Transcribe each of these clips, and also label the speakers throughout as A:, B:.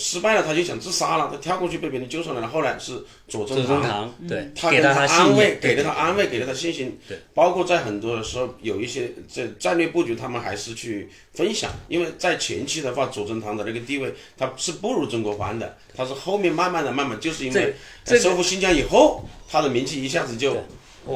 A: 失败了，他就想自杀了，他跳过去被别人救上来了。后来是左
B: 左
A: 宗
B: 宗
A: 棠，
B: 棠对，
A: 他
B: 给
A: 给
B: 了
A: 他
B: 信
A: 安慰，
B: 念，
A: 给了他
B: 对
A: 安慰，给了他信心。
B: 对，
A: 包括在很多的时候，有一些在战略布局，他们还是去分享，因为在前期的话，左宗棠的那个地位，他是不如曾国藩的，他是后面慢慢的、慢慢，就是因为呃
B: 这这个
A: 收复新疆以后，他的名气一下子就就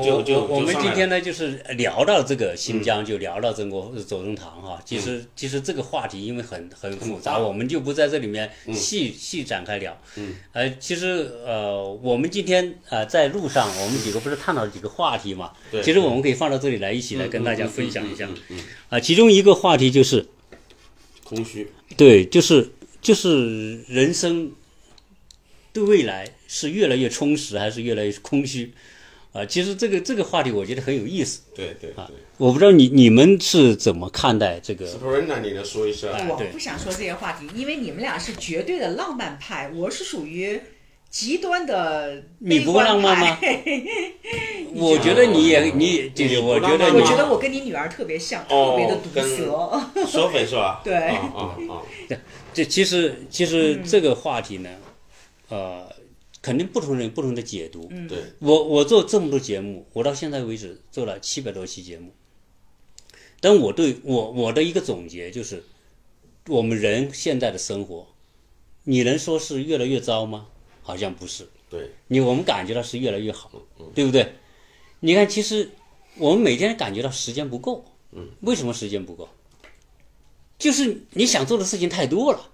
B: 我
A: 就
B: 我我
A: 就
B: 们
A: 上来
B: 今
A: 了嗯
B: 天呢，就是聊到这个新疆，就聊到中国呃左宗棠哈。其实其实这个话题因为很很复杂，我们就不在这里面
A: 嗯
B: 细细展开聊。嗯，呃，其实呃，我们今天呃在路上，我们几个不是探讨了几个话题嘛？
A: 对嗯
B: 其实我们可以放到这里来一起来跟大家分享一下
A: 嗯嗯嗯嗯嗯
B: 啊。其中一个话题就是
A: 空虚。
B: 对，就是就是人生对未来是越来越充实，还是越来越空虚？啊，其实这个这个话题我觉得很有意思。
A: 对对对。
B: 我不知道你你们是怎么看待这个
A: s p r i n a 你来说一下。
B: 哎
C: 我
B: 对
C: 不想说这些话题，因为你们俩是绝对的浪漫派，我是属于极端的
B: 你
C: 悲
B: 不
C: 观
B: 浪漫
C: 派
B: 吗？我觉得你也你这个，
A: 你
B: 我觉得
A: 不浪漫吗
C: 我
B: 你
C: 觉得我跟你女儿特别像，
A: 哦
C: 特别的毒舌。
A: 说粉是吧？
C: 对
A: 啊啊啊！
B: 这其实其实
C: 嗯
B: 这个话题呢，呃，肯定不同人有不同的解读。
A: 对，
B: 我我做这么多节目，我到现在为止做了七百多期节目，但我对我我的一个总结就是，我们人现在的生活，你能说是越来越糟吗？好像不是。
A: 对，
B: 你我们感觉到是越来越好，对不对？你看，其实我们每天感觉到时间不够，嗯，为什么时间不够？就是你想做的事情太多了，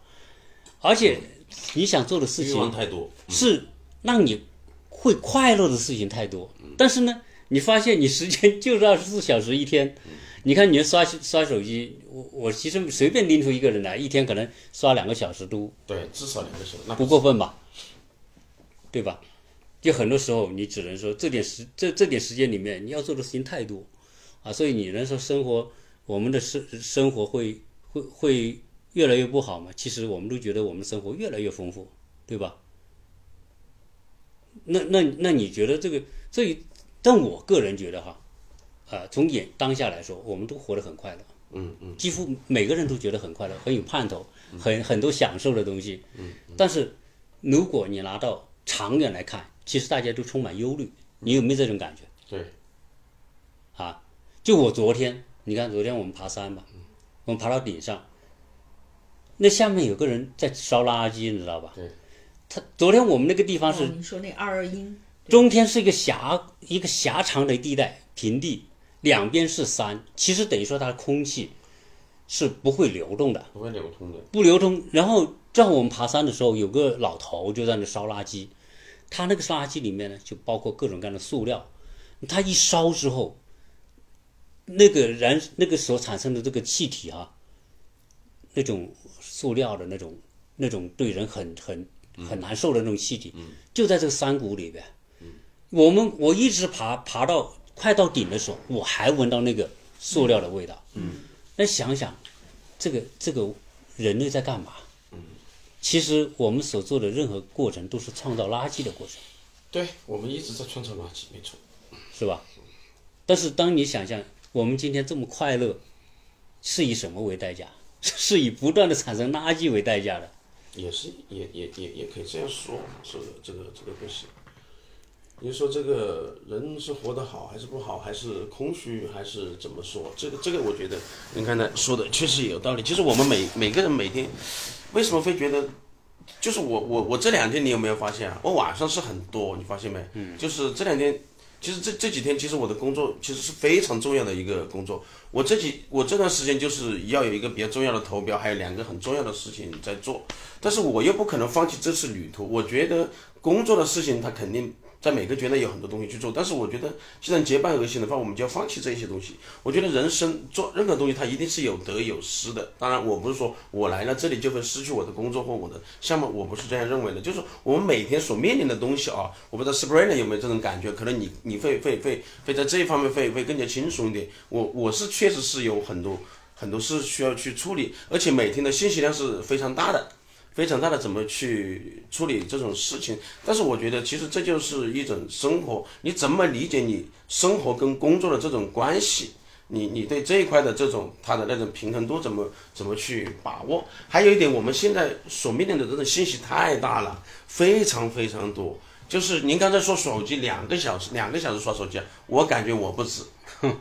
B: 而且你想做的事
A: 欲
B: 情
A: 望太多。
B: 是让你会快乐的事情太多，但是呢，你发现你时间就是二十四小时一天。你看，你刷刷手机，我我其实随便拎出一个人来，一天可能刷两个小时都
A: 对，至少两个小时。那
B: 不过分吧，对吧？就很多时候你只能说这点时这这点时间里面你要做的事情太多啊，所以你能说生活我们的生生活会会会越来越不好吗？其实我们都觉得我们生活越来越丰富，对吧？那那那你觉得这个这一？但我个人觉得哈，啊、从眼当下来说，我们都活得很快乐，
A: 嗯嗯，
B: 几乎每个人都觉得很快乐，很有盼头，很很多享受的东西。嗯，但是如果你拿到长远来看，其实大家都充满忧虑。你有没有这种感觉？
A: 对，
B: 啊，就我昨天，你看昨天我们爬山吧，我们爬到顶上，那下面有个人在烧垃圾，你知道吧？
A: 对。
B: 他昨天我们那个地方
C: 哦
B: 是
C: 您说那二二音，
B: 中间是一个狭一个狭长的地带平地，两边是山，其实等于说它的空气是不会流动的。
A: 不会流通的。
B: 不流通。然后让我们爬山的时候，有个老头就在那烧垃圾，他那个垃圾里面呢，就包括各种各样的塑料，他一烧之后，那个燃那个所产生的这个气体啊，那种塑料的那种那种对人很很很难受的那种气体，就在这个山谷里边。我们我一直爬爬到快到顶的时候，我还闻到那个塑料的味道。嗯，那想想，这个这个人类在干嘛？其实我们所做的任何过程都是创造垃圾的过程，
A: 对，我们一直在创造垃圾，没错。
B: 是吧？但是当你想象我们今天这么快乐，是以什么为代价？ 是以不断的产生垃圾为代价的。
A: 也是，也也也也可以这样说，是的，这个这个东西。你说这个人是活得好还是不好，还是空虚，还是怎么说？这个这个，我觉得您刚才说的确实也有道理。其实我们每每个人每天，为什么会觉得，就是我我我这两天你有没有发现啊？我晚上是很多，你发现没？嗯。就是这两天，其实这这几天，其实我的工作其实是非常重要的一个工作。我这几我这段时间就是要有一个比较重要的投标，还有两个很重要的事情在做。但是我又不可能放弃这次旅途。我觉得工作的事情，他肯定在每个阶段有很多东西去做。但是我觉得，既然结伴而行的话，我们就要放弃这些东西。我觉得人生做任何东西，它一定是有得有失的。当然，我不是说我来了这里就会失去我的工作或我的项目，我不是这样认为的。就是我们每天所面临的东西啊，我不知道 s p r i n e 有没有这种感觉？可能你你会会会会在这一方面会会更加轻松一点。我我是确实是有很多。很多事需要去处理，而且每天的信息量是非常大的，非常大的怎么去处理这种事情。但是我觉得，其实这就是一种生活，你怎么理解你生活跟工作的这种关系？你你对这一块的这种它的那种平衡度怎么怎么去把握？还有一点，我们现在所面临的这种信息太大了，非常非常多。就是您刚才说手机两个小时，两个小时刷手机啊，我感觉我不止，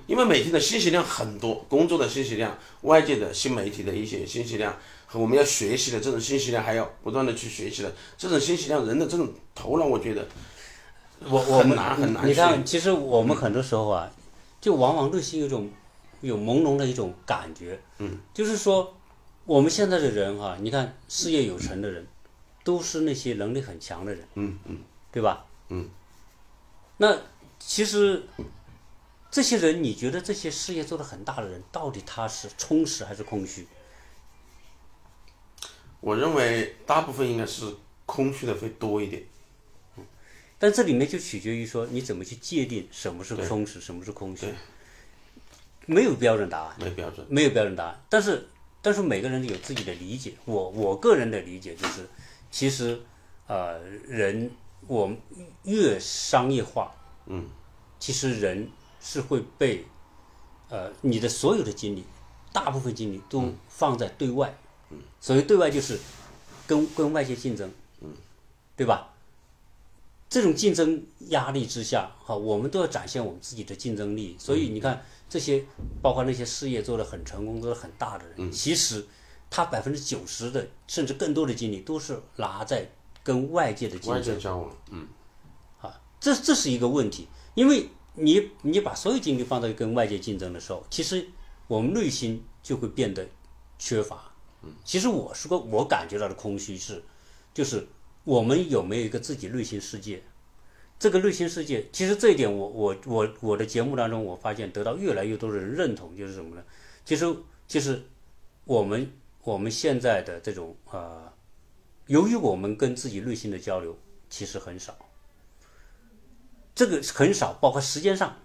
A: 因为每天的信息量很多，工作的信息量、外界的新媒体的一些信息量和我们要学习的这种信息量，还要不断的去学习的这种信息量，人的这种头脑，我觉得
B: 我我
A: 很
B: 们
A: 难很难
B: 你
A: 去
B: 看，其实我们很多时候啊，就往往内心有一种有朦胧的一种感觉，嗯，就是说我们现在的人哈、你看事业有成的人，都是那些能力很强的人，
A: 嗯嗯
B: 对吧？
A: 嗯。
B: 那其实这些人，你觉得这些事业做得很大的人，到底他是充实还是空虚？
A: 我认为大部分应该是空虚的会多一点。
B: 但这里面就取决于说你怎么去界定什么是
A: 对
B: 充实，什么是空虚
A: 对，
B: 没有标准答案。
A: 没标准。
B: 没有标准答案，但是但是每个人有自己的理解。我我个人的理解就是，其实呃，人我们越商业化，
A: 嗯，
B: 其实人是会被呃你的所有的精力，大部分精力都放在对外，嗯，所谓对外就是跟跟外界竞争，嗯，对吧？这种竞争压力之下，哈，我们都要展现我们自己的竞争力。所以你看，这些包括那些事业做得很成功、做得很大的人，其实他百分之九十的甚至更多的精力都是拿在跟外界的竞
A: 外
B: 争。
A: 界交往，嗯，
B: 这这是一个问题，因为你你把所有精力放在跟外界竞争的时候，其实我们内心就会变得缺乏。其实我说我感觉到的空虚是，就是我们有没有一个自己内心世界？这个内心世界，其实这一点我我我我的节目当中，我发现得到越来越多的人认同，就是什么呢？其实其实我们我们现在的这种呃，由于我们跟自己内心的交流其实很少。这个很少，包括时间上，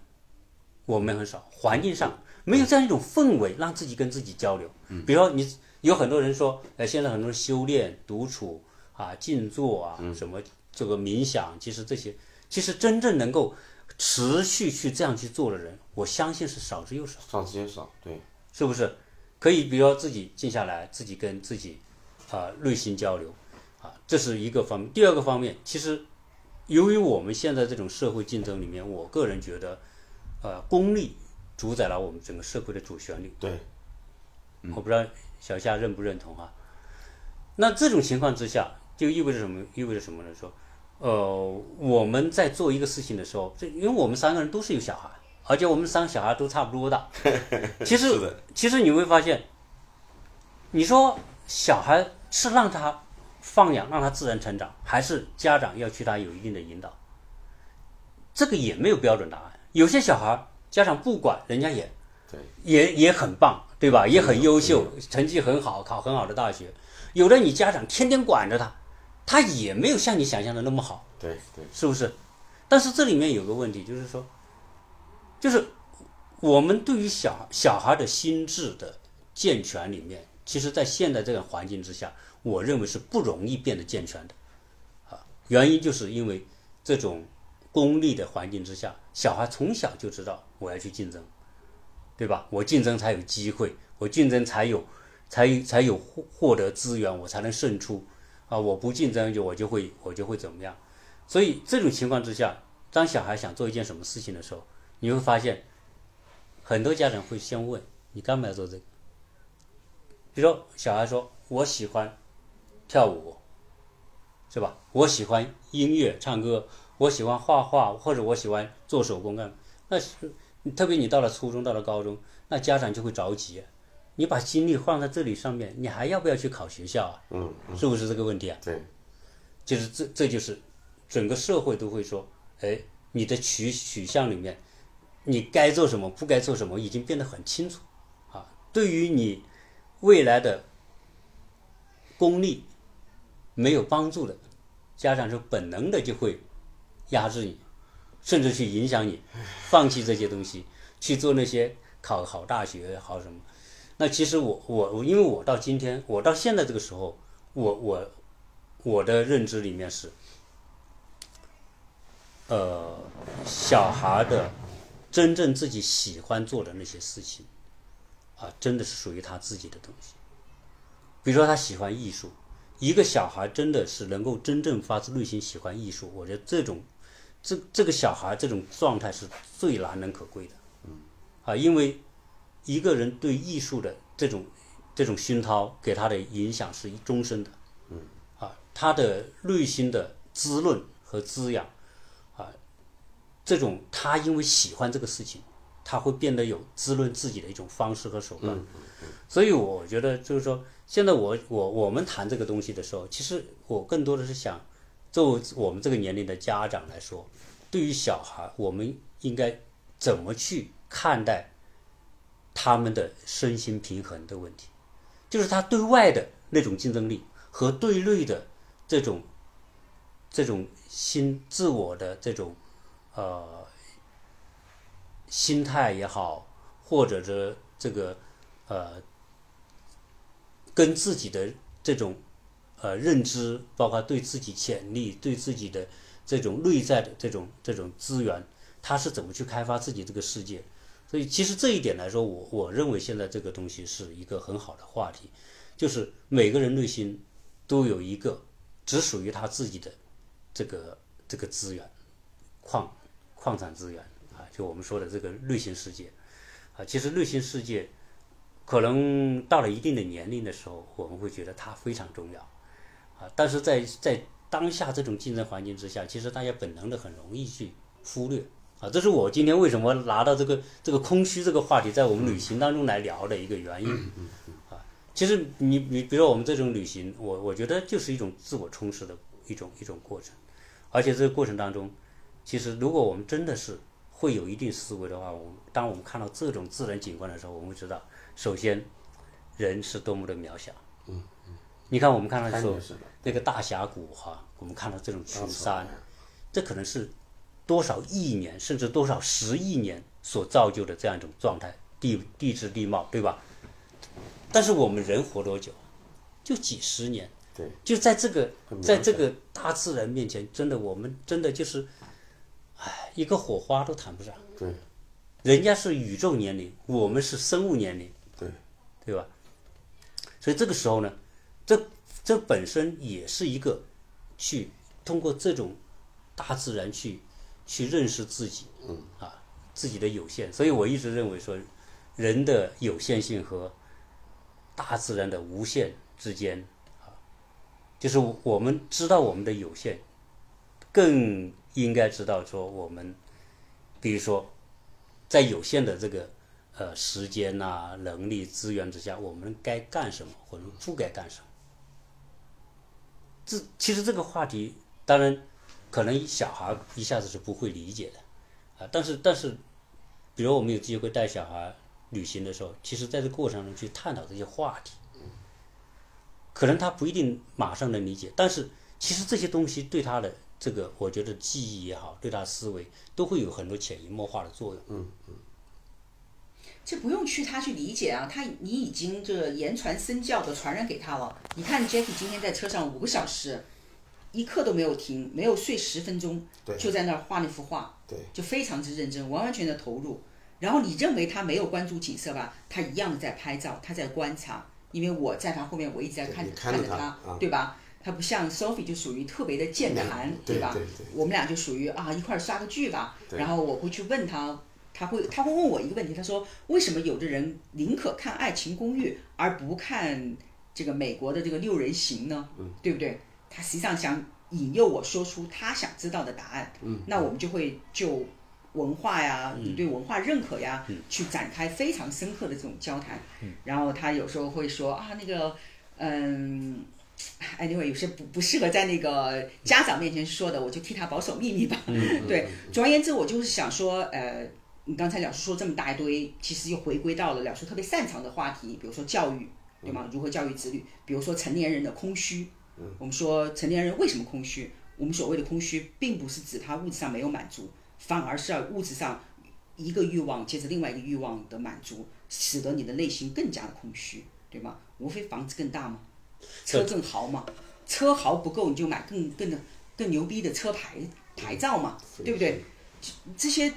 B: 我们很少，环境上没有这样一种氛围，让自己跟自己交流。比如说你有很多人说，呃，现在很多人修炼、独处啊、静坐啊，什么这个冥想，其实这些，其实真正能够持续去这样去做的人，我相信是少之又少。
A: 少之又少，对，
B: 是不是？可以，比如说自己静下来，自己跟自己啊、内心交流啊，这是一个方面。第二个方面，其实由于我们现在这种社会竞争里面，我个人觉得，呃，功利主宰了我们整个社会的主旋律。
A: 对，
B: 我不知道小夏认不认同啊。那这种情况之下，就意味着什么？意味着什么呢？说，呃，我们在做一个事情的时候，这因为我们三个人都是有小孩，而且我们三个小孩都差不多大。 其实
A: 是的，
B: 其实你会发现，你说小孩是让他放养，让他自然成长，还是家长要去他有一定的引导？这个也没有标准答案。有些小孩家长不管，人家也
A: 对
B: 也也很棒，对
A: 嗯
B: 吧？也很优秀，成绩很好，考很好的大学。有的你家长天天管着他，他也没有像你想象的那么好，
A: 对对，
B: 是不是？但是这里面有个问题，就是说，就是我们对于小小孩的心智的健全里面，其实在现在这个环境之下，我认为是不容易变得健全的，啊，原因就是因为这种功利的环境之下，小孩从小就知道我要去竞争，对吧？我竞争才有机会，我竞争才有，才有才有获获得资源，我才能胜出，啊，我不竞争就我就会我就会怎么样？所以这种情况之下，当小孩想做一件什么事情的时候，你会发现，很多家长会先问你干嘛要做这个。比如说，小孩说：“我喜欢跳舞，是吧？我喜欢音乐、唱歌，我喜欢画画，或者我喜欢做手工干嘛。”那是特别你到了初中，到了高中，那家长就会着急，你把精力放在这里上面，你还要不要去考学校啊？
A: 嗯，
B: 是不是这个问题啊？
A: 对，
B: 就是这这就是整个社会都会说，哎，你的取取向里面，你该做什么，不该做什么，已经变得很清楚啊。对于你未来的功利没有帮助的，家长是本能的就会压制你，甚至去影响你，放弃这些东西，去做那些考好大学好什么。那其实我我我因为我到今天，我到现在这个时候，我我我的认知里面是，呃，小孩的真正自己喜欢做的那些事情，啊，真的是属于他自己的东西。比如说他喜欢艺术，一个小孩真的是能够真正发自内心喜欢艺术，我觉得这种，这这个小孩这种状态是最难能可贵的。啊，因为一个人对艺术的这种这种熏陶给他的影响是终身的。嗯，啊，他的内心的滋润和滋养，啊，这种他因为喜欢这个事情，他会变得有滋润自己的一种方式和手段。所以我觉得就是说，现在我我我们谈这个东西的时候，其实我更多的是想，作为我们这个年龄的家长来说，对于小孩，我们应该怎么去看待他们的身心平衡的问题？就是他对外的那种竞争力和对内的这种这种心自我的这种呃心态也好，或者是这个呃跟自己的这种呃认知，包括对自己潜力、对自己的这种内在的这种这种资源，他是怎么去开发自己这个呃世界？所以其实这一点来说，我我认为现在这个东西是一个很好的话题，就是每个人内心都有一个只属于他自己的这个这个资源，矿矿产资源啊，就我们说的这个内心世界啊，其实内心世界。可能到了一定的年龄的时候，我们会觉得它非常重要，啊，但是在在当下这种竞争环境之下，其实大家本能的很容易去忽略，啊，这是我今天为什么拿到这个这个空虚这个话题，在我们旅行当中来聊的一个原因，啊，其实你你比如说我们这种旅行，我我觉得就是一种自我充实的一种一种过程，而且这个过程当中，其实如果我们真的是会有一定思维的话，我们当我们看到这种自然景观的时候，我们会知道。首先，人是多么的渺小。嗯你看我们看到
A: 当
B: 说
A: 然是的
B: 那个大峡谷哈，我们看到这种群山，这可能是多少亿年，甚至多少十亿年所造就的这样一种状态，地地质地貌，对吧？但是我们人活多久？啊就几十年。
A: 对，
B: 就在这个
A: 很渺小
B: 在这个大自然面前，真的我们真的就是，唉，一个火花都谈不上。
A: 对
B: 人家是宇宙年龄，我们是生物年龄。
A: 对，
B: 对吧？所以这个时候呢，这这本身也是一个去通过这种大自然去去认识自己，嗯啊，自己的有限。所以我一直认为说，人的有限性和大自然的无限之间啊，就是我们知道我们的有限，更应该知道说我们，比如说在有限的这个呃时间呐、能力、资源之下，我们该干什么，或者不该干什么。这其实这个话题，当然可能小孩一下子是不会理解的啊，但是但是，比如我们有机会带小孩旅行的时候，其实在这过程中去探讨这些话题，可能他不一定马上能理解，但是其实这些东西对他的这个，我觉得记忆也好，对他思维都会有很多潜移默化的作用。
C: 这不用去他去理解啊，他你已经这言传身教的传染给他了。你看 Jackie 今天在车上五个小时，一刻都没有停，没有睡十分钟，就在那儿画那幅画，
A: 对，
C: 就非常之认真，完完全的投入。然后你认为他没有关注景色吧，他一样在拍照，他在观察，因为我在他后面，我一直在
A: 对
C: 看
A: 你
C: 看
A: 看着
C: 着他，
A: 他啊
C: 对吧？他不像 Sophie 就属于特别的健谈，
A: 对
C: 吧？
A: 对对
C: 我们俩就属于啊一块儿刷个剧吧，
A: 对
C: 然后我会去问他，他会他会问我一个问题，他说为什么有的人宁可看《爱情公寓》而不看这个美国的这个《六人行》呢？
A: 嗯
C: 对不对？他实际上想引诱我说出他想知道的答案，
A: 嗯
C: 那我们就会就文化呀，你对文化认可呀，
A: 嗯
C: 去展开非常深刻的这种交谈。然后他有时候会说啊，那个，嗯。哎，另外有些不不适合在那个家长面前说的，我就替他保守秘密吧。 对，总而言之，我就是想说，呃，你刚才了叔说这么大一堆，其实又回归到了了叔特别擅长的话题，比如说教育，对吗？如何教育子女？比如说成年人的空虚，我们说成年人为什么空虚？我们所谓的空虚，并不是指他物质上没有满足，反而是要物质上一个欲望接着另外一个欲望的满足，使得你的内心更加的空虚，对吗？无非房子更大嘛，车更豪嘛，车豪不够你就买更更更牛逼的车牌牌照嘛，对不对？这这些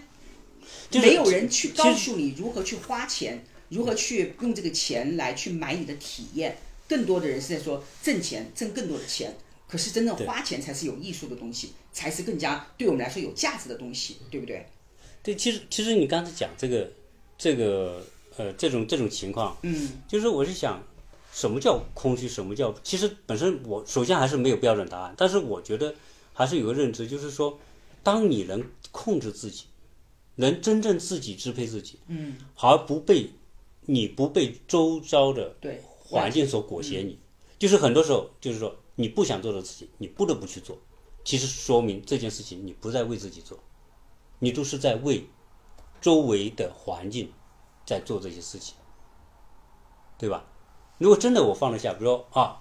B: 就是
C: 没有人去
B: 其
C: 告
B: 实
C: 诉你如何去花钱，如何去用这个钱来去买你的体验。更多的人是在说挣钱，挣更多的钱。可是真正花钱才是有艺术的东西，才是更加对我们来说有价值的东西，对不对？
B: 对，其实其实你刚才讲这个这个呃这种这种情况，
C: 嗯，
B: 就是我是想，什么叫空虚？什么叫？其实本身我首先还是没有标准答案，但是我觉得还是有个认知，就是说，当你能控制自己，能真正自己支配自己，嗯，而不被你不被周遭的
C: 对
B: 环境所裹挟你，就是很多时候就是说你不想做的事情，你不得不去做，其实说明这件事情你不在为自己做，你都是在为周围的环境在做这些事情。对吧？如果真的我放得下，比如说啊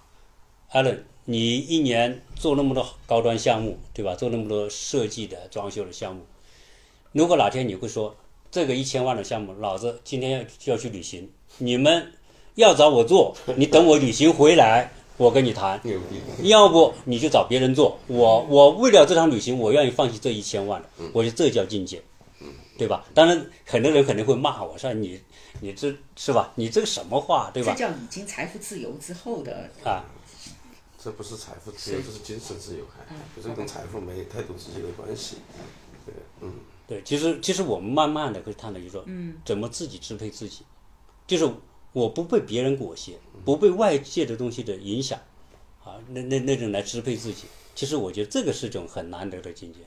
B: ，Allen，你一年做那么多高端项目，对吧？做那么多设计的、装修的项目，如果哪天你会说这个一千万的项目，老子今天要就要去旅行，你们要找我做，你等我旅行回来，我跟你谈。
A: 牛逼，
B: 要不你就找别人做，我我为了这趟旅行，我愿意放弃这一千万的，我觉得这叫境界，对吧？当然，很多人肯定会骂我说你你这是吧？你这个什么话，对
C: 这
B: 吧？
C: 叫已经财富自由之后的
B: 啊，
A: 这不是财富自由，
C: 是
A: 这是精神自由，还不是跟财富没有太多直接的关系。对，嗯，
B: 对，其实其实我们慢慢的会探讨，就是说，嗯，怎么自己支配自己，就是我不被别人裹挟，不被外界的东西的影响，啊，那那那种来支配自己，其实我觉得这个是一种很难得的境界。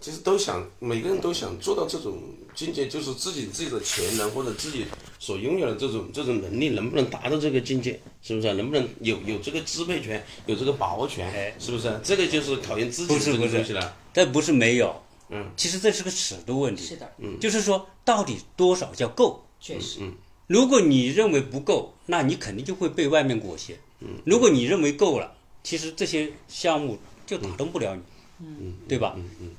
A: 其实都想每个人都想做到这种境界，就是自己自己的潜能或者自己所拥有的这种这种能力，能不能达到这个境界？是不是啊？能不能有有这个支配权，有这个把握
B: 哎
A: 权？是不是啊？这个就是考验自己
B: 不
A: 的
B: 是
A: 这
B: 不
A: 个
B: 是
A: 东西了。
B: 但不是没有，
A: 嗯，
B: 其实这是个尺度问题。
C: 是的，
B: 就是说到底多少叫够？
C: 确实，
B: 嗯如果你认为不够，那你肯定就会被外面裹挟。如果你认为够了，其实这些项目就打动不了你，对吧？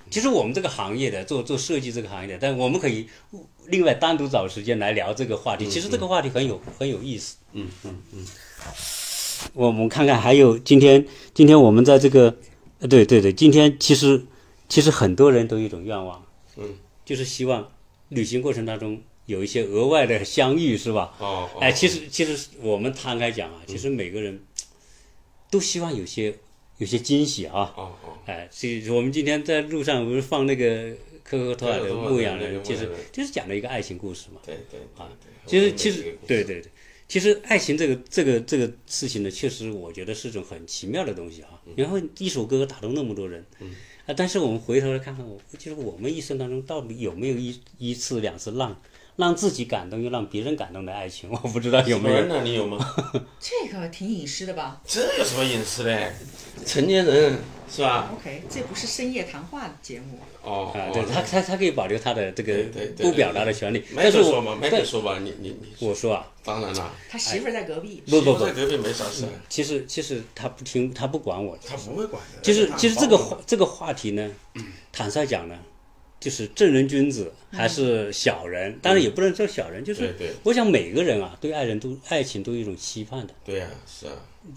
B: 其实我们这个行业的做做设计这个行业的，但我们可以另外单独找时间来聊这个话题。其实这个话题很有很有意思。嗯嗯嗯。我们看看还有今天今天我们在这个，呃对对对，今天其实其实很多人都有一种愿望，嗯，就是希望旅行过程当中有一些额外的相遇，是吧？
A: 哦，哦
B: 哎，其实其实我们摊开讲啊，其实每个人都希望有些有些惊喜啊。
A: 哦哦，
B: 哎，所以我们今天在路上不是放那个科科托尔的《牧羊人》，
A: 对
B: 就
A: 有
B: 是
A: 多少人
B: 就是讲了一个爱情故事嘛。
A: 对对啊，
B: 其
A: 对
B: 实其实对对对，其实爱情这个这个这个事情呢，确实我觉得是种很奇妙的东西
A: 嗯
B: 啊。然后一首歌打动那么多人，啊，但是我们回头来看看，我就是我们一生当中到底有没有一一次两次让让自己感动又让别人感动的爱情，我不知道有没有
A: 人。呢？你有吗？
C: 这个挺隐私的吧
A: 这有什么隐私嘞？啊成年人是吧？
C: ？OK，这不是深夜谈话节目，
A: 哦，
B: 啊
A: 哦，
B: 对他，他他可以保留他的这个
A: 对对对
B: 不表达的权利，
A: 没
B: 但是
A: 得
B: 我
A: 说嘛，没得说嘛，你你你，
B: 我说啊，
A: 当然啦，
C: 他媳妇儿在隔壁，
B: 不不
A: 媳妇
B: 不
A: 在，隔壁没啥事，
B: 其实其实他不听，他不管我的，
A: 他不会管的。
B: 其实
A: 他很
B: 其实这个
A: 包容
B: 话这个话题呢，坦率讲呢，就是正人君子还是小人，当然也不能说小人，就是
A: 对对
B: 我想每个人啊，对爱人都爱情都有一种期盼的，
A: 对呀，是啊，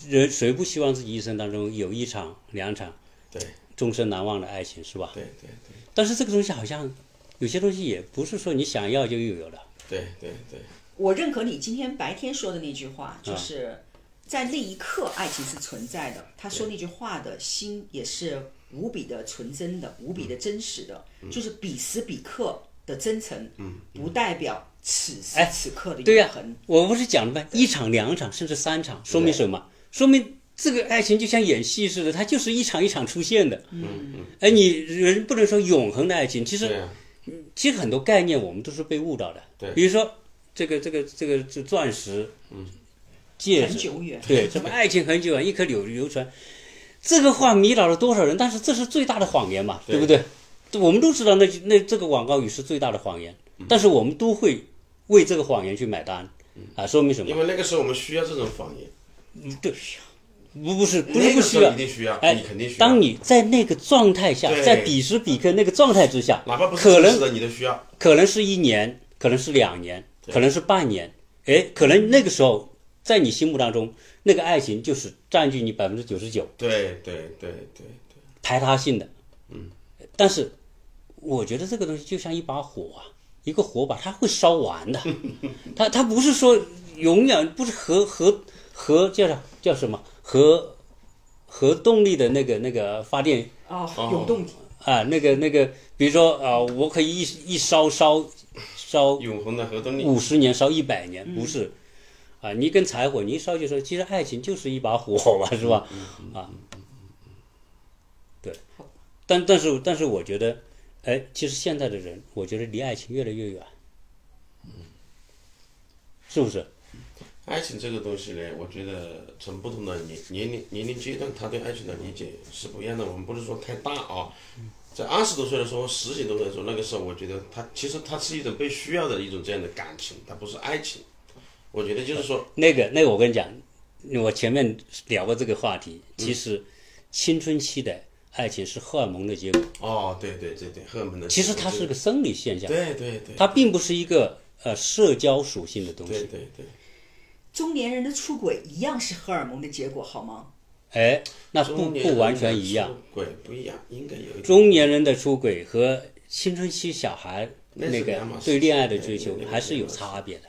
B: 人谁不希望自己一生当中有一场两场
A: 对
B: 终身难忘的爱情是吧？
A: 对对
B: 但是这个东西好像有些东西也不是说你想要就又有了，
A: 对对对
C: 我认可你今天白天说的那句话，
B: 啊
C: 就是在那一刻，爱情是存在的。他说那句话的心也是无比的纯真的，
B: 嗯
C: 无比的真实的，就是彼时彼刻的真诚，不代表此时此刻的
B: 嗯哎对呀、
C: 永恒。
B: 我不是讲了吗？一场、两场，甚至三场，说明什么？说明这个爱情就像演戏似的，它就是一场一场出现的。嗯，哎，你人不能说永恒的爱情，其
A: 对
B: 实
A: 呀，
B: 其实很多概念我们都是被误导的。
A: 对
B: 比如说这个这个这个这钻石，嗯，戒
C: 很
B: 指，
C: 久远
B: 对，什么爱情很久远，一颗柳流传，这个话迷倒了多少人？但是这是最大的谎言嘛，对
A: 对
B: 不对？我们都知道那那这个广告语是最大的谎言，
A: 嗯
B: 但是我们都会为这个谎言去买单，啊，说明什么
A: 因？为那个时候我们需要这种谎言，
B: 对，不不是不是
A: 那
B: 不
A: 个时
B: 需
A: 候
B: 要
A: 一，定需要，
B: 哎
A: 你肯定需要。
B: 当你在那个状态下，
A: 对
B: 在彼时彼刻那个状态之下，
A: 哪怕不是
B: 可
A: 真实
B: 能
A: 的，你都需要。
B: 可能是一年，可能是两年，可能是半年，哎，可能那个时候在你心目当中，那个爱情就是占据你百分之九十九。
A: 对对对对对，
B: 排他性的，嗯，但是我觉得这个东西就像一把火啊，一个火把，它会烧完的。它它不是说永远不是核核核叫啥叫什么核核动力的那个那个发电
C: 啊，永动体，
B: 啊，那个那个，比如说啊，我可以一一烧烧烧
A: 永恒的核动力。
B: 五十年，烧一百年，不是啊，你跟柴火你一烧就烧，其实爱情就是一把火嘛，是吧？啊，对
C: 好，
B: 但但是但是我觉得，哎，其实现在的人，我觉得离爱情越来越远，是不是？
A: 爱情这个东西呢，我觉得从不同的年年龄年龄阶段，他对爱情的理解是不一样的。我们不是说太大啊，在二十多岁的时候，十几多岁的时候，那个时候我觉得他其实他是一种被需要的一种这样的感情，它不是爱情。我觉得就是说，
B: 那个那个，我跟你讲，我前面聊过这个话题，其实青春期的爱情是荷尔蒙的结果，
A: 哦，对对对对，荷尔蒙的。
B: 其实它是个生理现象。
A: 对对对，
B: 它并不是一个呃社交属性的东
A: 对
B: 西。
A: 对对，
C: 中年人的出轨一样是荷尔蒙的结果，好吗？
B: 哎，那不
A: 中年
B: 不完
A: 人
B: 全
A: 的
B: 一样
A: 出。轨不一样，应该有一
B: 中年人的出轨和青春期小孩
A: 那是
B: 那个
A: 两码事
B: 对恋爱的
A: 对
B: 追求
A: 那个
B: 还是有
A: 两码事
B: 差别的。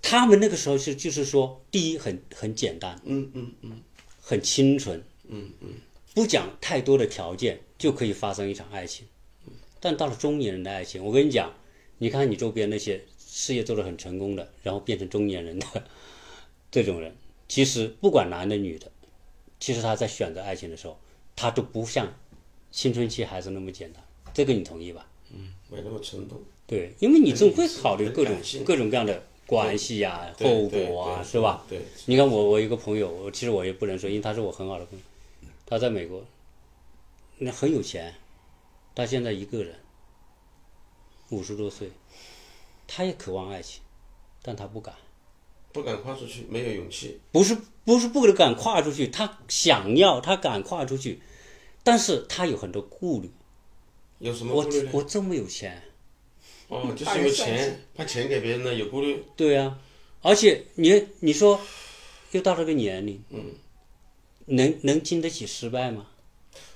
B: 他们那个时候是就是说，第一很很简单，
A: 嗯嗯嗯
B: 很清纯，
A: 嗯嗯，
B: 不讲太多的条件就可以发生一场爱情。但到了中年人的爱情，我跟你讲，你看你周边那些事业做得很成功的，然后变成中年人的 这种人，其实不管男的女的，其实他在选择爱情的时候，他都不像青春期孩子那么简单。这个你同意吧？
A: 嗯没那么冲动。
B: 对，因为你总
A: 很
B: 会
A: 理性
B: 考虑各种
A: 很感性
B: 各种各样的关系呀、
A: 对
B: 后
A: 对
B: 果啊，
A: 对
B: 是吧？
A: 对，
B: 你看我，我有一个朋友，我其实我也不能说，因为他是我很好的朋友，他在美国，那很有钱，他现在一个人，五十多岁，他也渴望爱情，但他不敢，
A: 不敢跨出去，没有勇气。
B: 不是不是不敢跨出去，他想要，他敢跨出去，但是他有很多顾虑，
A: 有什么
B: 我
A: 顾虑呢？
B: 我这么有钱，
A: 哦，就
C: 怕
A: 是因
C: 人
A: 为
C: 算计
A: 钱，怕钱给别人呢，有顾虑。
B: 对啊，而且你你说，又到了个年龄，嗯，能能经得起失败吗？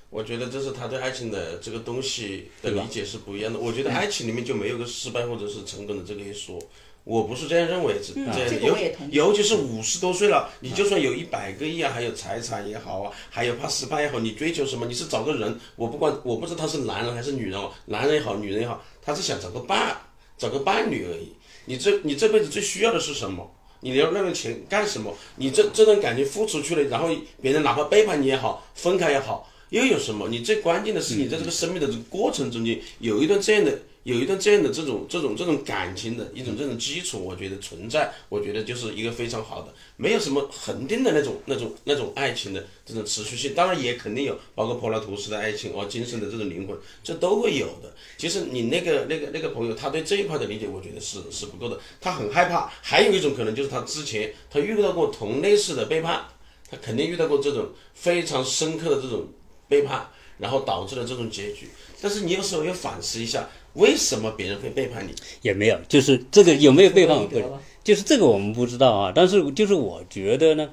A: 我觉得这是他对爱情的这个东西的理解是不一样的。我觉得爱情里面就没有个失败或者是成功的这个一说。我不是这样认为，这这样
C: 这
A: 的
C: 个
A: 尤
C: 我也同意
A: 尤其是五十多岁了，你就算有一百个亿啊，还有财产也好啊，还有怕失败也好，你追求什么？你是找个人，我不管，我不知道他是男人还是女人哦，男人也好，女人也好，他是想找个伴，找个伴侣而已。你这你这辈子最需要的是什么？你要那个钱干什么？你这这段感情付出去了，然后别人哪怕背叛你也好，分开也好，又有什么？你最关键的是你在这个生命的这个过程中间有一段这样的。有一段这样的这种这种这种感情的一种这种基础，我觉得存在，我觉得就是一个非常好的，没有什么恒定的那种那种那种爱情的这种持续性，当然也肯定有，包括柏拉图式的爱情哦，精神的这种灵魂，这都会有的。其实你那个那个那个朋友，他对这一块的理解，我觉得是是不够的，他很害怕。还有一种可能就是他之前他遇到过同类似的背叛，他肯定遇到过这种非常深刻的这种背叛，然后导致了这种结局。但是你有时候要反思一下，为什么别人会背叛你？
B: 也没有，就是这个有没有背叛我个
C: 得
B: 人，
C: 了，
B: 就是这个我们不知道啊。但是就是我觉得呢，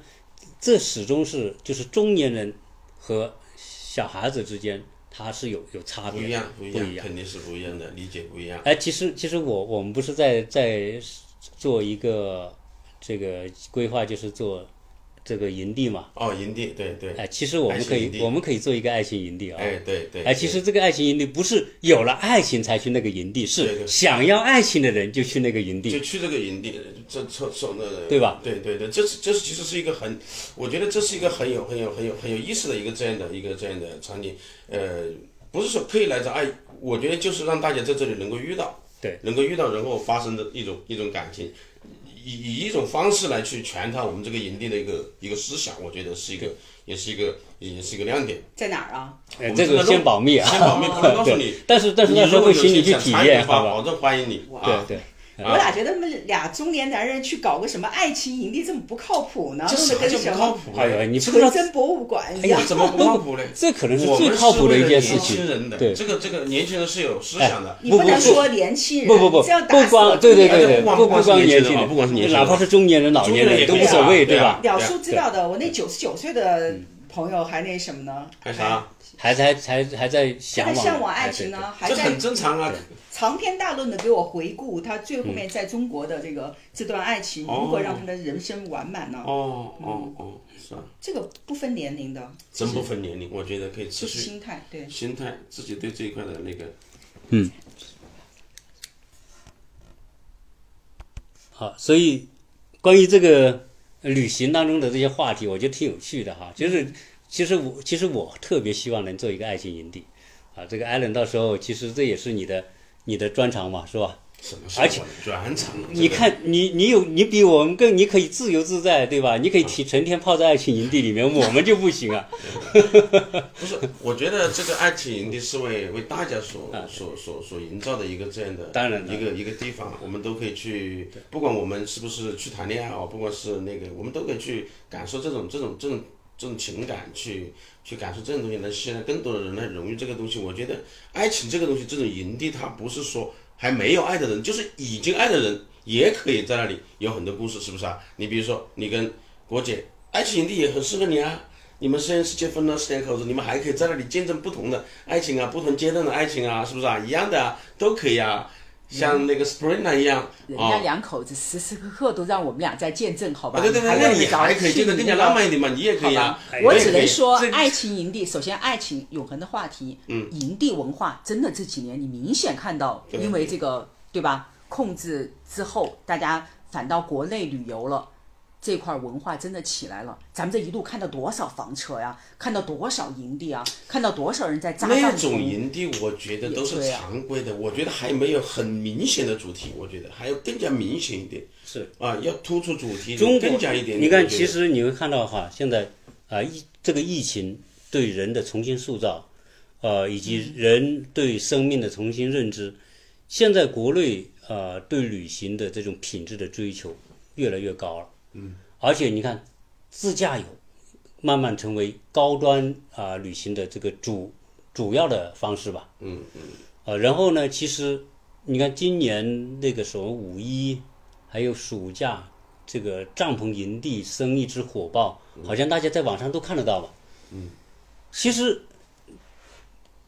B: 这始终是就是中年人和小孩子之间，它是有有差
A: 不
B: 别的，
A: 一样，不
B: 不
A: 一样，肯定是不一样的，理解不一样。
B: 哎，其实其实我我们不是在在做一个这个规划，就是做这个营地嘛。
A: 哦，营地，对对，
B: 哎，其实我们可
A: 爱情营
B: 以
A: 地
B: 我们可以做一个爱情营地啊。
A: 哎，对对。
B: 哎，其实这个爱情营地不是有了爱情才去那个营地，
A: 对
B: 是
A: 对
B: 想要爱情的人就去那个营
A: 就
B: 地。
A: 去这个营地，呃这这这那，
B: 对吧？
A: 对对对，这是这是其实是一个很，我觉得这是一个很有很有很有很有意思的一个这样的一个这样的场景，呃，不是说刻意来找爱，我觉得就是让大家在这里能够遇到，
B: 对，
A: 能够遇到，然后发生的一种一种感情，以以一种方式来去传达我们这个营地的一个一个思想，我觉得是一个也是一个也是一个亮点。
C: 在哪儿啊？
B: 哎，
A: 我们
B: 这
A: 这
B: 个
A: 个
B: 先
A: 都
B: 保密啊，
A: 先保密不 能告诉你
B: 对但是但是到时
A: 如
B: 候
A: 果
B: 会
A: 有
B: 请你
A: 兴趣
B: 去
A: 想
B: 体
A: 参与
B: 验，
A: 的话，
B: 好吧？
A: 保证欢迎你。
B: 对
A: 啊，
B: 对，
C: 我咋觉得他们俩中年男人去搞个什么爱情营地这么不靠谱呢？
A: 这
C: 弄得
A: 啥
C: 跟
A: 就
C: 啊什
A: 不靠
C: 么
A: 谱
B: 哎
A: 了
B: 呦，你不知道
C: 纯真博物馆一
A: 哎
C: 样
A: 呀，。怎么不靠谱呢？
B: 这可能是
A: 我
B: 最
A: 们
B: 靠谱的一件
A: 是为
B: 事
A: 了年轻人
B: 情。
A: 的
B: 对，哎
A: 这个这个年轻人是有思想的。
C: 你
B: 不
C: 不
B: 不
C: 能
B: 不
C: 说年轻人，
B: 不不不，
C: 这样打
B: 不
C: 死了
B: 光对对
C: 中
B: 对
C: 年
B: 对，
C: 人
A: 不
B: 不
A: 光是
B: 光
A: 年轻
B: 年
A: 人
B: 轻
A: 啊不光是年轻人
B: 哪怕是中年人、老
A: 中
B: 年
A: 年人
B: 人
A: 也
B: 都
A: 可
B: 无
A: 以
B: 所
A: 啊
B: 谓，
A: 对啊
B: 吧？
A: 对啊
C: 了叔知道的，我那九十九岁的朋友还那什么呢？
A: 还啥？
B: 还在还还在向
C: 还在
B: 往
C: 向往
B: 哎
C: 爱
B: 对
C: 情
B: 对
C: 呢，还
A: 这
C: 在
A: 很正常啊。
C: 长篇大论的给我回顾他最后面在中国的这个这段爱情，如何让他的人生完满呢？
A: 哦哦哦，是啊，
C: 这个不分年龄的，
A: 真不分年龄，我觉得可以持
C: 就是
A: 续
C: 心态，对。
A: 心态，自己对这一块的那个
B: 好，啊所以关于这个旅行当中的这些话题，我觉得挺有趣的哈。就是其实我其实我特别希望能做一个爱情营地啊。这个艾伦到时候其实这也是你的你的专长嘛，是吧？
A: 什么是
B: 而且
A: 我的专长啊，
B: 你
A: 这个
B: 看你你有你比我们更你可以自由自在，对吧？你可以提成天泡在爱情营地里面，我们就不行啊。
A: 不是，我觉得这个爱情营地是为 为大家所所所所营造的一个这样的，
B: 啊当然
A: 一个一个地方，我们都可以去，不管我们是不是去谈恋爱哦，不管是那个，我们都可以去感受这种这种这种这种情感，去去感受这种东西，能吸引到更多的人来融入这个东西。我觉得爱情这个东西，这种营地它不是说还没有爱的人，就是已经爱的人也可以在那里有很多故事，是不是啊？你比如说你跟国姐，爱情营地也很适合你啊。你们实验室结婚了十年口子，你们还可以在那里见证不同的爱情啊，不同阶段的爱情啊，是不是啊？一样的啊，都可以啊，像那个 Spring 一样
D: 人家
A: 啊。
D: 两口子时时刻刻都让我们俩在见证，好吧？
A: 啊对对对，
D: 还
A: 那
D: 用
A: 你
D: 得着
A: 还可以
D: 去
A: 见得更加浪漫一点嘛，你也可以
D: 好
A: 啊
D: 吧。
A: 我
D: 我
A: 也
D: 只
A: 可以
D: 能说
A: 这，
D: 爱情营地，首先爱情永恒的话题，嗯，营地文化真的这几年你明显看到，
A: 对
D: 因为这个对吧？控制之后，大家反倒国内旅游了。这块文化真的起来了，咱们这一路看到多少房车呀，看到多少营地啊，看到多少人在扎
A: 那
D: 帐
A: 种
D: 篷，
A: 营地，我觉得都是
D: 对啊
A: 常规的，我觉得还没有很明显的主题，我觉得还要更加明显一点。
B: 是
A: 啊，要突出主题，
B: 中国
A: 更加一点。
B: 你
A: 我
B: 看，
A: 觉得
B: 其实你会看到哈，现在啊，疫、这个疫情对人的重新塑造，呃，以
A: 嗯
B: 及人对生命的重新认知，现在国内呃对旅行的这种品质的追求越来越高了。嗯，而且你看，自驾游慢慢成为高端啊、旅行的这个主主要的方式吧。嗯嗯。呃，然后呢，其实你看今年那个什么五一，还有暑假这个帐篷营地生意之火爆，好像大家在网上都看得到吧？嗯，其实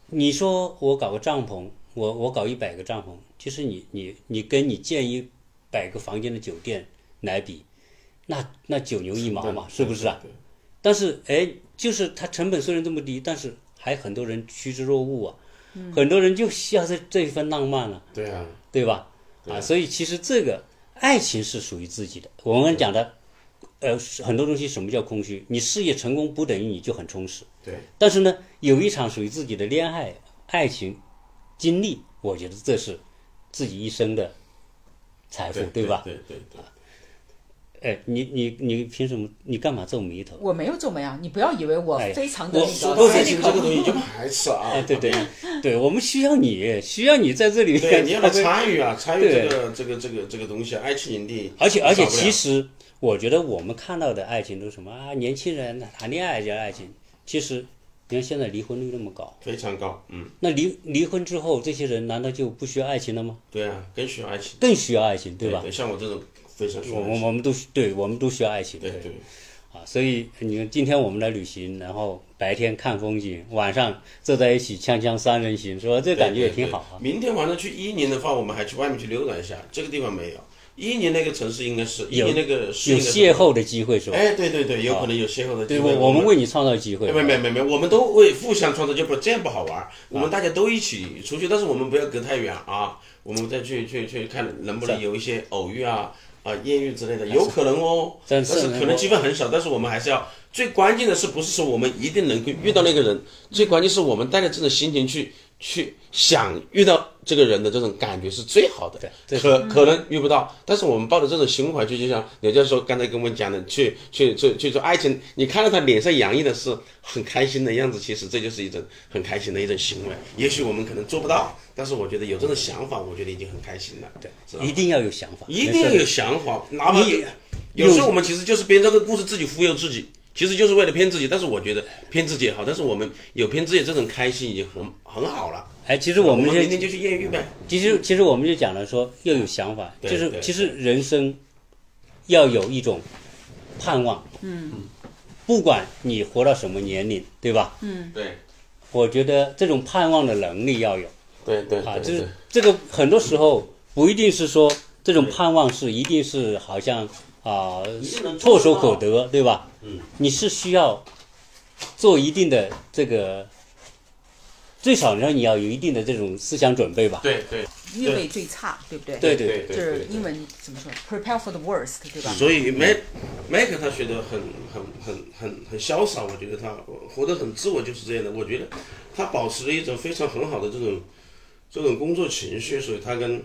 B: 你说我搞个帐篷，我我搞一百个帐篷，其实你你你跟你建一百个房间的酒店来比，那那九牛一毛嘛，是不是啊？
A: 对
B: 但是哎，就是它成本虽然这么低，但是还很多人趋之若鹜啊，很多人就需要这这一份浪漫啊。
A: 对啊，
B: 对吧？啊，所以其实这个爱情是属于自己的。我们讲的，呃，很多东西什么叫空虚？你事业成功不等于你就很充实，
A: 对。
B: 但是呢，有一场属于自己的恋爱、爱情经历，我觉得这是自己一生的财富，
A: 对
B: 吧？
A: 对对对。
B: 哎，你你你凭什么？你干嘛皱眉头？
D: 我没有皱眉啊，你不要以为我
B: 哎呀
D: 非常的
B: 我
D: 那
A: 说
D: 个哎
A: 到
C: 这
A: 爱
C: 个
A: 情这个东西就排斥啊，
B: 啊，对对对，我们需要你，需要你在这里面
A: 对，你要来
B: 发挥
A: 参与啊，参与这个这个这个这个东西啊，爱情营地，
B: 而且而且，
A: 少不了
B: 其实我觉得我们看到的爱情都是什么啊？年轻人谈恋爱叫爱情，其实你看现在离婚率那么高，
A: 非常高，嗯，
B: 那离离婚之后，这些人难道就不需要爱情了吗？
A: 对啊，更需要爱情，
B: 更需要爱情，对吧？
A: 对，像我这种非常需要
B: 我
A: 爱
B: 我
A: 情，
B: 我们都对，我们都需要爱情，
A: 对对，
B: 啊，所以你看，今天我们来旅行，然后白天看风景，晚上坐在一起锵锵三人行，是吧？这感觉也挺好啊。
A: 对对对明天晚上去伊宁的话，我们还去外面去溜达一下，这个地方没有。伊宁那个城市应该是伊
B: 有
A: 宁那个市
B: 有
A: 应该是
B: 邂逅的机会是吧？
A: 哎，对对对，有可能有邂逅的机
B: 对，
A: 会。
B: 我我们为你创造机会
A: 哎。没没没没，我们都为互相创造，就不这样不好玩儿。我们大家都一起出去，但是我们不要隔太远啊。我们再去去去看能不能有一些偶遇啊啊艳遇之类的，有可能哦。
B: 但
A: 但
B: 是
A: 是可能机会很少，但是我们还是要最关键的是不是说我们一定能够遇到那个人，最关键是我们带着这种心情去去想遇到这个人的这种感觉是最好的。
B: 对
A: 可可能遇不到，但是我们抱着这种胸怀去，就像也就是说刚才跟我们讲的，去去去去做爱情，你看到他脸上洋溢的是很开心的样子，其实这就是一种很开心的一种行为。也许我们可能做不到，但是我觉得有这种想法，我觉得已经很开心了。对，是吧
B: 一定要有想法，
A: 一
B: 没
A: 定
B: 事
A: 要
B: 哎的
A: 有想法，哪怕
B: 你
A: 有时候我们其实就是编造个故事，自己忽悠自己，其实就是为了骗自己。但是我觉得骗自己也好，但是我们有骗自己这种开心已经很很好了。
B: 哎，其实
A: 我
B: 我们
A: 明
B: 现
A: 天就去艳遇呗。
B: 其实其实我们就讲了说要有想法，
A: 对
B: 就是
A: 对
B: 其实人生要有一种盼望，嗯，不管你活到什么年龄，对吧？
A: 对
B: 我觉得这种盼望的能力要有
A: 对对
B: 啊，
A: 对
B: 就是
A: 对，
B: 这个很多时候不一定是说这种盼望是一定是好像啊、
A: 一定能
B: 唾
A: 做
B: 手
A: 到
B: 可得，对吧？
A: 嗯，
B: 你是需要做一定的这个，最少让你要有一定的这种思想准备吧。
A: 对对
D: 预备最差，对不对？
B: 对
A: 对对
D: 就
A: 对
D: 是
A: 对
D: 英文怎么说？Prepare for the worst，对吧？
A: 所以麦麦克他学得很很很很很潇洒，我觉得他活得很自我，就是这样的。我觉得他保持了一种非常很好的这种这种工作情绪，所以他跟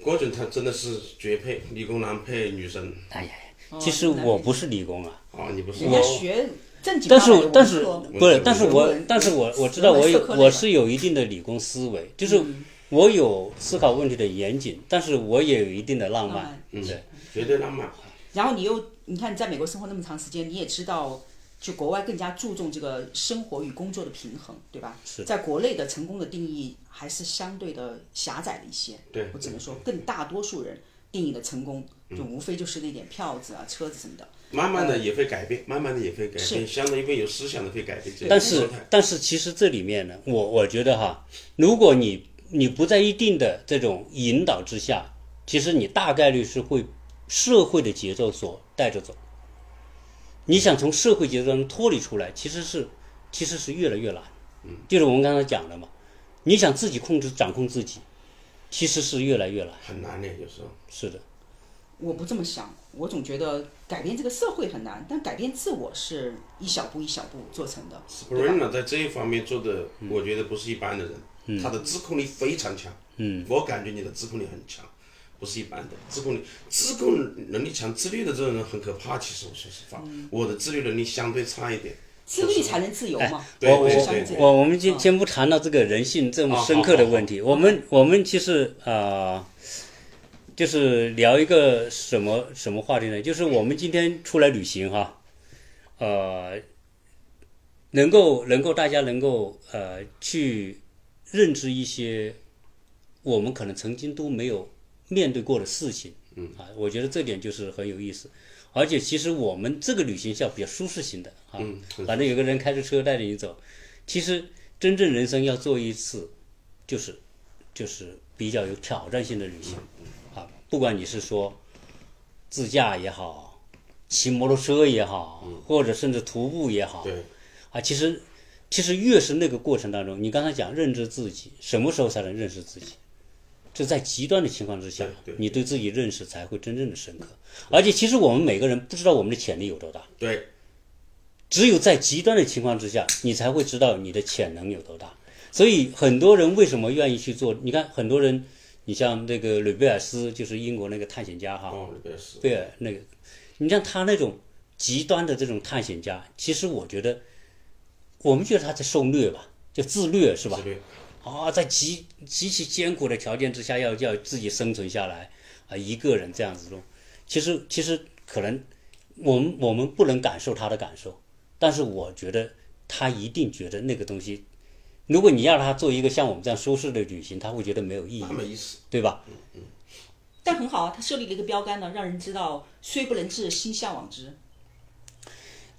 A: 郭靖他真的是绝配，理工男配女神
B: 哎呀，
D: 哦
B: 其实我不是理工啊，
A: 啊！你不是
D: 人家
A: 我
D: 学正经八
B: 但
D: 百的文
B: 是但是
D: 科
B: 不是，但是我
D: 文科
B: 但是我我知道我有
D: 文科类嗯的
B: 我是有一定的理工思维，就是我有思考问题的严谨，但是我也有一定的浪
D: 浪
B: 漫
D: 漫，
A: 嗯
B: 对，
A: 绝对浪漫，
D: 然后你又你看你在美国生活那么长时间，你也知道，就国外更加注重这个生活与工作的平衡，对吧？
B: 是
D: 在国内的成功的定义还是相对的狭窄了一些。
A: 对
D: 我只能说，更大多数人定义的成功，就无非就是那点票子啊、车子什么的。
A: 慢慢的也会改变，慢慢的也会改变，相当于会有思想的会改变这
B: 但
A: 种
B: 是
A: 状态。
B: 但是其实这里面呢，我我觉得哈，如果你你不在一定的这种引导之下，其实你大概率是会社会的节奏所带着走。你想从社会节奏中脱离出来，其实是其实是越来越难。嗯，就是我们刚才讲的嘛，你想自己控制掌控自己，其实是越来越难。
A: 很难的，有时候。
B: 是的，
D: 我不这么想，我总觉得改变这个社会很难，但改变自我是一小步一小步做成的。
A: Sabrina 在这一方面做的，
B: 嗯
A: 我觉得不是一般的人，他的自控力非常强。嗯，我感觉你的自控力很强，不是一般的自控力，自控能力强、自律的这种人很可怕。其实我说实话，
B: 嗯
A: 我的自律能力相对差一点。
D: 自律才能自由嘛。
A: 对
B: 我我
A: 对
D: 对
B: 我
D: 对
B: 我我们先先不谈到这个人性这么深刻的问题，我们我们其实啊，就是聊一个什么什么话题呢？就是我们今天出来旅行哈，呃，能够能够大家能够呃去认知一些我们可能曾经都没有面对过的事情，嗯啊，我觉得这点就是很有意思。而且其实我们这个旅行像比较舒适型的啊，
A: 嗯很
B: 反正有个人开着车带着你走。其实真正人生要做一次，就是就是比较有挑战性的旅行啊，不管你是说自驾也好，骑摩托车也好，或者甚至徒步也好，
A: 嗯对，
B: 啊，其实其实越是那个过程当中，你刚才讲认知自己，什么时候才能认识自己？这在极端的情况之下
A: 对，对
B: 你对自己认识才会真正的深刻。而且，其实我们每个人不知道我们的潜力有多大，
A: 对，
B: 只有在极端的情况之下，你才会知道你的潜能有多大。所以，很多人为什么愿意去做？你看，很多人，你像那个吕贝尔斯，就是英国那个探险家哈，
A: 哦，那个是，
B: 贝尔那个，你像他那种极端的这种探险家，其实我觉得，我们觉得他在受虐吧，就自虐是吧
A: 自？律，
B: 啊，在极极其艰苦的条件之下，要要自己生存下来啊，一个人这样子弄，其实其实可能我们我们不能感受他的感受，但是我觉得他一定觉得那个东西，如果你要他做一个像我们这样舒适的旅行，他会觉得没有意义
A: 那，没意思。
B: 对吧？
D: 但很好啊，他设立了一个标杆呢，让人知道虽不能至，心向往之。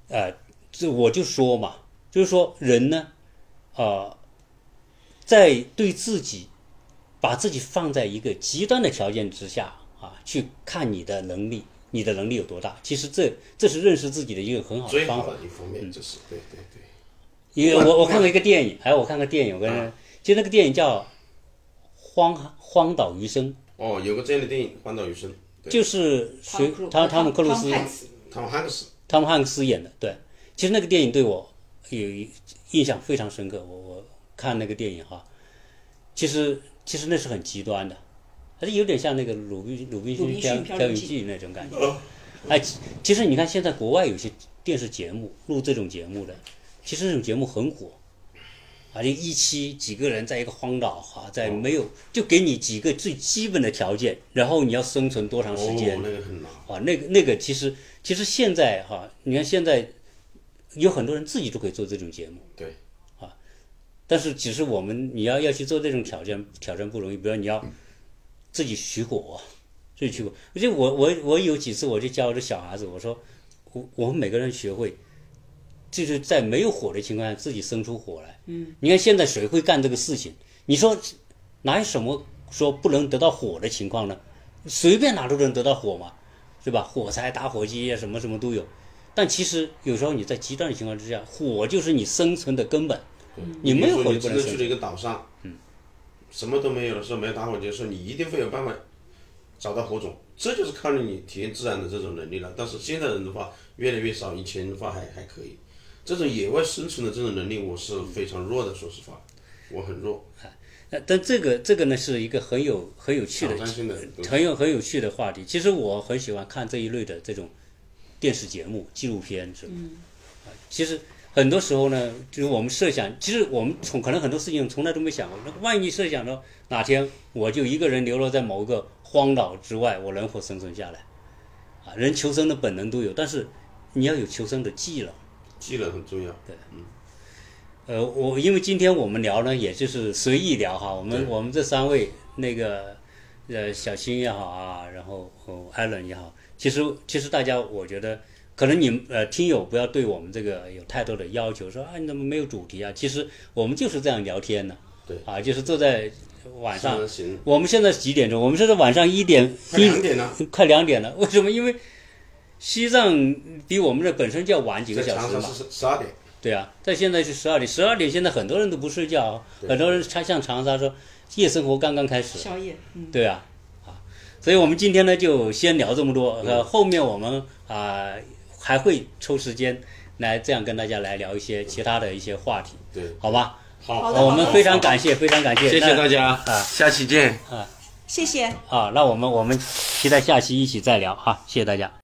B: 呃，这我就说嘛，就是说人呢，呃，在对自己把自己放在一个极端的条件之下啊，去看你的能力，你的能力有多大。其实这这是认识自己的一个很好的
A: 最
B: 啊方
A: 好
B: 法嗯
A: 的。一方面就是，对对对，
B: 因为我
A: 那
B: 我看过一个电影，哎，我看过电影，我跟人、就那个电影叫《荒荒岛余生
A: 哦，有个这样的电影《荒岛余生》，》，对，
B: 就是谁汤汤姆克鲁斯
D: 汤汉斯
A: 汤姆汉克斯，
B: 汤姆汉克斯演的，对。其实那个电影对我有一印象非常深刻，我我看那个电影哈，其实其实那是很极端的，还是有点像那个《鲁滨鲁滨
D: 鲁
B: 逊
D: 滨
B: 漂
D: 逊漂
B: 漂
D: 流
B: 流
D: 记
B: 记》那种感觉。 哎，其其实你看现在国外有些电视节目录这种节目的，其实这种节目很火。啊，就一期几个人在一个荒岛哈、在没有就给你几个最基本的条件，然后你要生存多长时间
A: 哦，，那个很难。
B: 啊，那个那个其实其实现在哈、你看现在有很多人自己都可以做这种节目，
A: 对
B: 啊，但是其实我们你要要去做这种挑战挑战不容易，比如你要自己取火，自己取火，而且我我我有几次我就教我的小孩子，我说我我们每个人学会就是在没有火的情况下自己生出火来。嗯，你看现在谁会干这个事情？你说哪有什么说不能得到火的情况呢？随便哪都能得到火嘛，是吧？火柴、打火机啊，什么什么都有。但其实有时候你在极端的情况之下，火就是你生存的根本。你没有
A: 比如说
B: 火
A: 嗯你
B: 就不
A: 真
B: 能
A: 的去
B: 生
A: 了一
B: 存。
A: 个岛上，嗯，什么都没有的时候，没有打火机的时候，你一定会有办法找到火种。这就是靠你体验自然的这种能力了。但是现在人的话越来越少，以前的话还还可以。这种野外生存的这种能力，我是非常弱的，说实话，我很弱。
B: 那但这个这个呢，是一个很有很有趣的
A: 挑战性的东西
B: 很有很有趣的话题。其实我很喜欢看这一类的这种电视节目、纪录片什么的。啊其实很多时候呢，就是我们设想，其实我们从可能很多事情从来都没想过。那万一设想着哪天我就一个人流落在某个荒岛之外，我能否生存下来？啊，人求生的本能都有，但是你要有求生的技能。
A: 技能很重要。
B: 呃，我因为今天我们聊呢，也就是随意聊哈，我们
A: 对
B: 我们这三位那个呃小新也好啊，然后呃艾伦也好，其实其实大家我觉得可能你们呃听友不要对我们这个有太多的要求，说啊你怎么没有主题啊？其实我们就是这样聊天的，
A: 对
B: 啊，就是坐在晚上
A: 上，行，
B: 我们现在几点钟？我们现在晚上一点
A: 快
B: 一
A: 两点了，
B: 快两点了，为什么？因为西藏比我们这本身就要晚几个
A: 在
B: 小
A: 长
B: 时
A: 沙
B: 嘛。
A: 是十二点，
B: 对啊，在现在是十二点，十二点现在很多人都不睡觉啊，很多人像像长沙说夜生活刚刚开始，
C: 宵夜，嗯，
B: 对啊，啊，所以我们今天呢就先聊这么多，
A: 嗯
B: 呃，后面我们啊、还会抽时间来这样跟大家来聊一些其他的一些话题，
A: 对，
B: 好吧？
A: 好
C: 好的
B: 我们非常感谢，非常感谢，啊
A: 谢谢
B: 那
A: 大家，下期见。
C: 谢谢。
B: 啊，那我们我们期待下期一起再聊哈、谢谢大家。